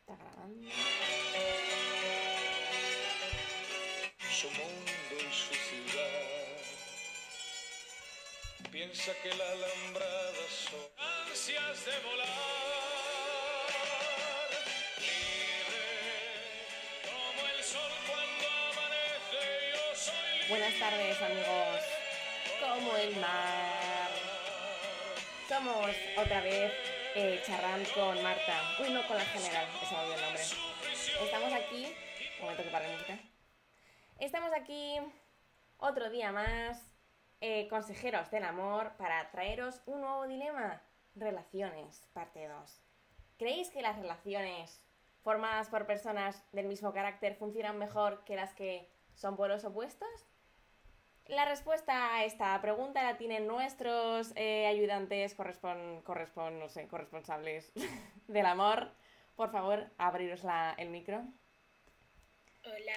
está grabando. su mundo y su ciudad. Piensa que la alambrada son ansias de volar, libre como el sol cuando amanece. Yo soy libre. Buenas tardes, amigos. Como el mar. Somos otra vez eh, charrán con Marta. Uy, no, con la general. Ese me olvidó el nombre. Estamos aquí. Un momento que pare la música. Estamos aquí otro día más, eh, consejeros del amor, para traeros un nuevo dilema. Relaciones, parte 2. ¿Creéis que las relaciones formadas por personas del mismo carácter funcionan mejor que las que son por los opuestos? La respuesta a esta pregunta la tienen nuestros eh, ayudantes correspon, correspon- no sé, corresponsables del amor. Por favor, abriros la- el micro. Hola.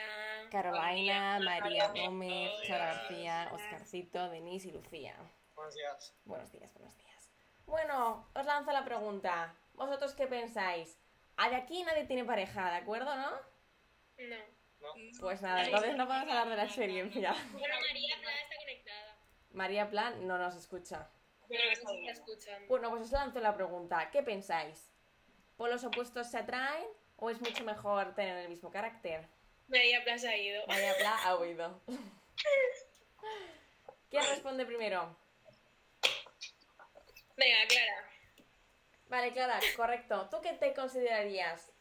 Carolina, María Hola. Gómez, Hola. Sara García, Oscarcito, Denise y Lucía. Buenos días. Buenos días, buenos días. Bueno, os lanzo la pregunta. ¿Vosotros qué pensáis? Ah, De aquí nadie tiene pareja, ¿de acuerdo, no? No. ¿no? Pues nada, entonces no podemos hablar de la experiencia. Bueno, María Plana está conectada. María Plan no nos escucha. Pero que está, escuchando. Bueno, pues os lanzo la pregunta. ¿Qué pensáis? ¿Polos opuestos se atraen o es mucho mejor tener el mismo carácter? María Plana se ha ido. María Pla ha oído. ¿Quién responde primero? Venga, Clara. Vale, Clara, correcto. ¿Tú qué te considerarías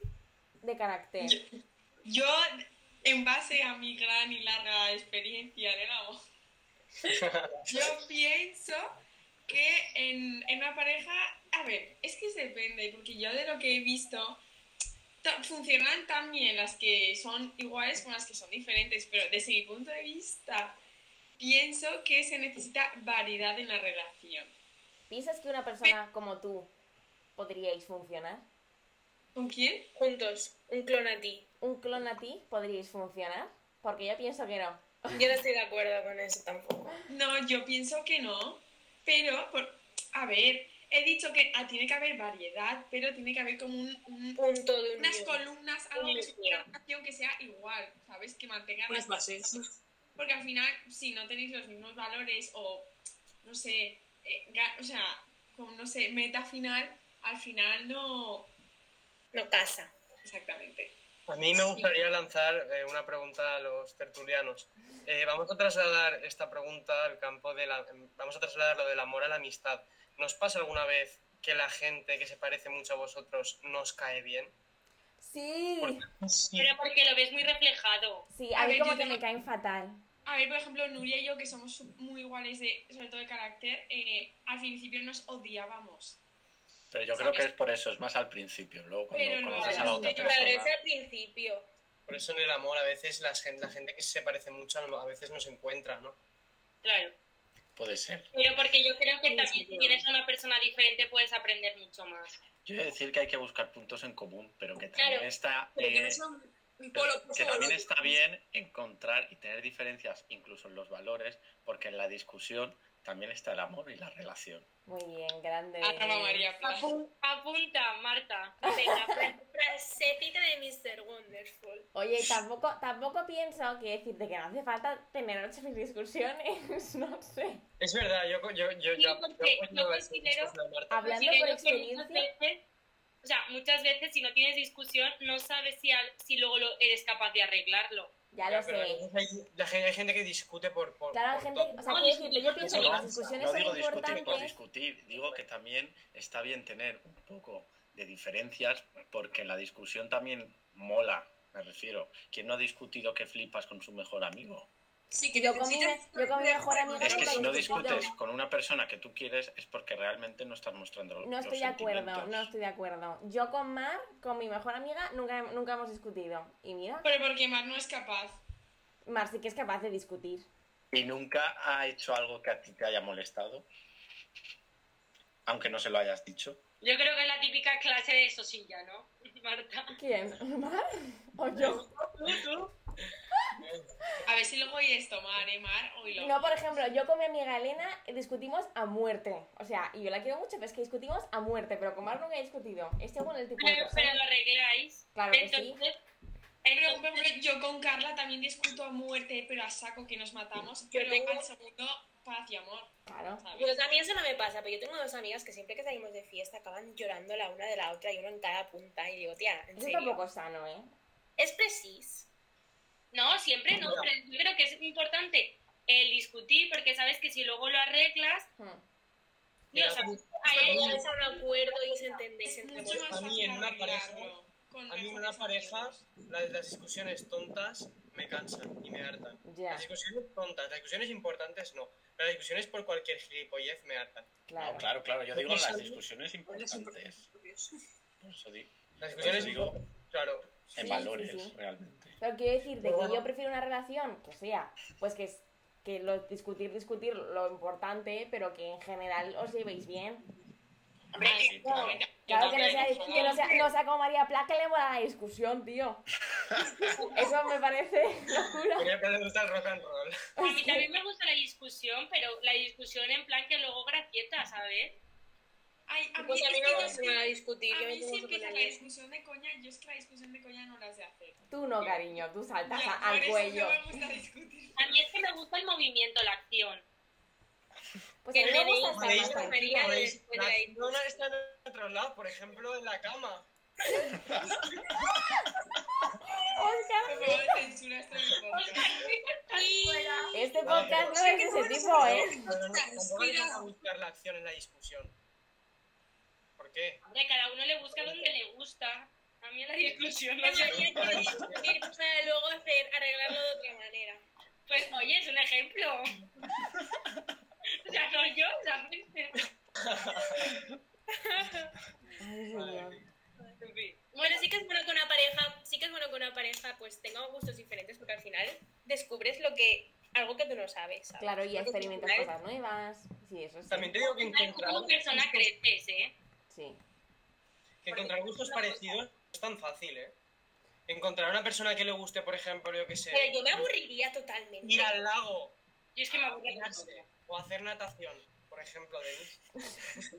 de carácter? Yo, en base a mi gran y larga experiencia en el amor, yo pienso que en, en una pareja, a ver, es que depende, porque yo de lo que he visto, ta- funcionan tan bien las que son iguales como las que son diferentes, pero desde mi punto de vista, pienso que se necesita variedad en la relación. ¿Piensas que una persona como tú podríais funcionar? ¿Con quién? Juntos. Un clon a ti. ¿Un clon a ti podríais funcionar? Porque yo pienso que no. Yo no estoy de acuerdo con eso tampoco. No, yo pienso que no, pero, por- a ver, he dicho que ah, tiene que haber variedad, pero tiene que haber como un- un- Punto de unas unión. columnas, algo que, sea una relación que sea igual, ¿sabes? Que mantenga... unas bases. Porque al final, si no tenéis los mismos valores o, no sé, eh, ga- o sea, con, no sé, meta final, al final no... No casa. Exactamente. A mí me gustaría lanzar eh, una pregunta a los tertulianos. Eh, vamos a trasladar esta pregunta al campo de la... Vamos a trasladar lo del amor a la amistad. ¿Nos pasa alguna vez que la gente que se parece mucho a vosotros nos cae bien? Sí. Pero porque lo ves muy reflejado. Sí, A a mí ver, como yo que tengo- me caen fatal. A ver, por ejemplo, Nuria y yo, que somos muy iguales, de, sobre todo de carácter, eh, al principio nos odiábamos. Pero yo creo que es por eso, es más al principio. Luego cuando Pero no, conoces a la otra sí, Claro, persona. es al principio. Por eso en el amor a veces la gente, la gente que se parece mucho a veces nos encuentra, ¿no? Claro. Puede ser. Pero porque yo creo que Sí, también sí, si claro. tienes a una persona diferente puedes aprender mucho más. Yo he de decir que hay que buscar puntos en común, pero que Claro, también está. Pero que eh, no son un pero polo que opuesto también al está bien encontrar y tener diferencias, incluso en los valores, porque en la discusión también está el amor y la relación. Muy bien, grande. Acaba María Pla. Apu- apunta, Marta. Venga, La frasecita de Mr. Wonderful. Oye, tampoco, tampoco pienso que decirte que no hace falta tener ocho mil discusiones, no sé. Es Pues verdad, yo... yo, yo, Sí, yo- porque yo- yo yo- considero- Marta. Hablando Considero por que experiencia, muchas veces- o sea, muchas veces si no tienes discusión no sabes si, al- si luego lo- eres capaz de arreglarlo. ya Ya, lo pero a sé. veces hay, la gente- hay gente que discute por... por Claro, hay por gente, o sea, No, quiero decirte, yo discutir, pienso No, que no las discusiones son digo discutir por importantes. discutir, digo que también está bien tener un poco de diferencias, porque la discusión también mola, me refiero. ¿Quién no ha discutido que flipas con su mejor amigo? Sí, que Yo con mi- necesitas- yo con mi mejor amiga Es Pero que nunca si no he discutido. discutes con una persona que tú quieres es porque realmente no estás mostrando los No estoy de acuerdo, no estoy de acuerdo. Yo con Mar, con mi mejor amiga, nunca, nunca hemos discutido. Y mira, Pero porque Mar no es capaz. Mar sí que es capaz de discutir. Y nunca ha hecho algo que a ti te haya molestado, aunque no se lo hayas dicho. Yo creo que es la típica clase de sosilla, ¿no? Marta. ¿Quién? ¿Mar? ¿O yo? A ver si luego oyes tomar, ¿eh, Mar? Hoy lo... No, por ejemplo, yo con mi amiga Elena discutimos a muerte. O sea, y yo la quiero mucho, pero es que discutimos a muerte, pero con Mar nunca he discutido. Este bueno el tipo de Pero, persona. lo arregláis. Claro que sí. Entonces, Pero, por entonces ejemplo, yo con Carla también discuto a muerte, pero a saco que nos matamos. pero tengo- al segundo, paz y amor. Claro. Ah, ¿sabes? Pues a mí eso no me pasa, pero yo tengo dos amigas que siempre que salimos de fiesta acaban llorando la una de la otra y uno en cada punta. Y digo, tía, en Eso serio. tampoco es sano, ¿eh? Es precis. no, siempre no, pero yo creo que es importante el discutir porque sabes que si luego lo arreglas, Hmm. tío, o sea, Ahí ahí- llegáis a un acuerdo y os entendéis Es entre mucho vosotros. más A mí fácil en una pareja- arreglarlo con A mí en mejores una pareja, amigos. las, las discusiones tontas me cansan y me hartan. Ya, Las discusiones tontas, las discusiones importantes no. Las discusiones por cualquier gilipollez me hartan. claro. No, claro, claro. Yo digo Porque las son- discusiones importantes. Por eso di- Las por eso discusiones, digo claro. Sí, en sí, valores, sí. realmente. Pero quiero decirte Pero que bueno. yo prefiero una relación que sea, pues que, es- que lo, discutir, discutir lo importante, pero que en general os llevéis bien. Hombre, Ah, sí, claro. obviamente, yo Claro que no también, sea, ojalá. que no sea, no sea como María Placa le mola la discusión, tío. Eso me parece locura. Tenía que le gusta el rock and roll. a mí también me gusta la discusión, pero la discusión en plan que luego gracieta, ¿sabes? Ay, a mí, Pues a es mí que no yo me sí- gusta discutir, a yo me mí sí tengo que empieza poner la bien. discusión de coña, yo es que la discusión de coña no las de hacer. Tú no, cariño, tú saltas Ya, a- por al eso cuello. No me gusta discutir. A mí es que me gusta el movimiento, la acción. Pues que a mí me me gusta estar deis- me más deis- tranquila. María, Como veis, después de las la discusión. personas están en otro lado, por ejemplo, en la cama. Oscar, Por favor, censura esto en el podcast. este podcast no es de ese tipo, ¿eh? Pero no- Tampoco le toca buscar la acción en la discusión. ¿Por qué? Hombre, cada uno le busca donde le gusta. A mí la discusión no Pero me ya quiero discutir para luego hacer, arreglarlo de otra manera. Pues oye, es un ejemplo. o sea, no yo, ¿sabes? Pero- Ay, señor. en fin. Bueno, sí que es bueno que una pareja, sí que es bueno que una pareja pues tenga gustos diferentes porque al final descubres lo que algo que tú no sabes, ¿sabes? Claro, y Porque experimentas al final- cosas nuevas. Sí, eso sí. También te digo que encontrar, Como persona creces, ¿eh? Sí. que encontrar gustos parecidos no es tan fácil, ¿eh? Encontrar a una persona que le guste, por ejemplo, yo que sé, Pero yo me aburriría totalmente. ir al lago Yo es que me aburro de todo. o hacer natación, por ejemplo, Denis.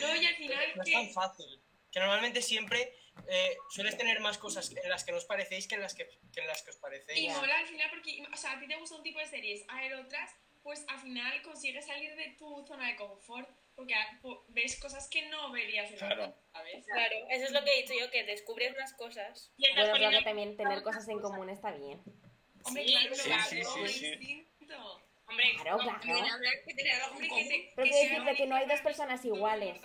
No, y al final, No es tan ¿qué? fácil. Que normalmente siempre eh, sueles tener más cosas en las que no os parecéis que en las que, que en las que os Y parecéis. Ya. mola al final porque, o sea, a ti te gusta un tipo de series, a él otras, pues al final consigues salir de tu zona de confort porque ah, po- ves cosas que no verías en Claro. la ¿sabes? Claro, eso es lo que he dicho yo, que descubres unas cosas. Y Bueno, estás creo poniendo- que también tener cosas en común está bien. Hombre, Sí, claro, sí, claro, sí, sí, el sí. instinto. Hombre, Claro, no, claro. Hombre, que te- Pero que quiero sea decirte que no hay dos bonita. personas iguales.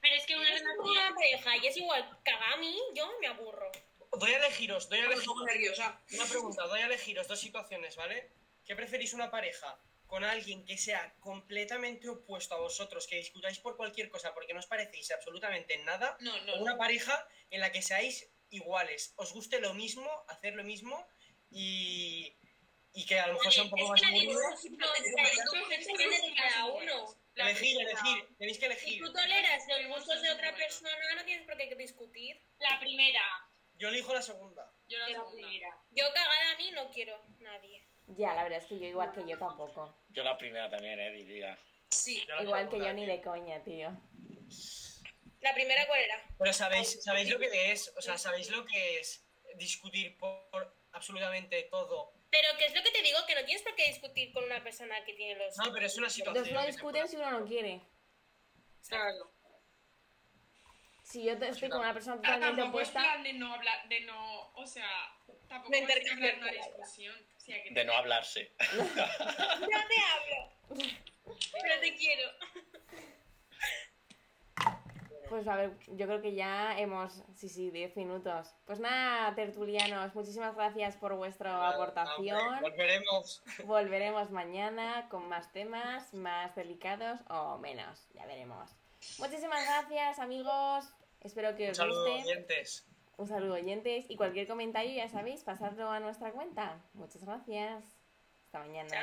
pero es que una Es como relación... una pareja y es igual, Kagami, yo me aburro. Doy a elegiros, doy a elegiros. nerviosa. Una pregunta, doy a elegiros dos situaciones, ¿vale? ¿Qué preferís una pareja con alguien que sea completamente opuesto a vosotros, que discutáis por cualquier cosa porque no os parecéis absolutamente en nada? No, ¿O no. una pareja en la que seáis iguales, os guste lo mismo, hacer lo mismo y, y que a lo mejor sea un poco más es que la aburrida? discusión, la discusión depende de cada uno. La Elegir, persona. elegir, tenéis que Si elegir. tú toleras los gustos de otra persona, no tienes por qué discutir. La primera. Yo elijo la segunda. Yo la La segunda. primera. Yo cagada a mí no quiero nadie. Ya, la verdad es que yo igual que yo tampoco. Yo la primera también, eh, diría. Sí. Yo la Igual que segunda, yo ni tío. de coña, tío. ¿La primera cuál era? Pero sabéis, sabéis lo que es, o sea, sabéis lo que es discutir por absolutamente todo. Pero que es lo que te digo, que no tienes por qué discutir con una persona que tiene los... No, pero es una situación. Entonces no que te discuten si uno no quiere. Claro. Si yo te- estoy con una persona Ah, totalmente tampoco es opuesta, plan de no hablar, de no, o sea, tampoco De es que intercambiar hablar una palabras. discusión. O sea, que De no hablarse. No te hablo. Pero te quiero. pues a ver, yo creo que ya hemos, sí, sí, 10 minutos. Pues nada, tertulianos, muchísimas gracias por vuestra Nada, aportación. hombre, Volveremos. Volveremos mañana con más temas, más delicados o menos, ya veremos. Muchísimas gracias amigos, espero que Un os saludo, guste. dientes. Un saludo oyentes y cualquier comentario ya sabéis, pasadlo a nuestra cuenta. Muchas gracias. Hasta mañana. Chao.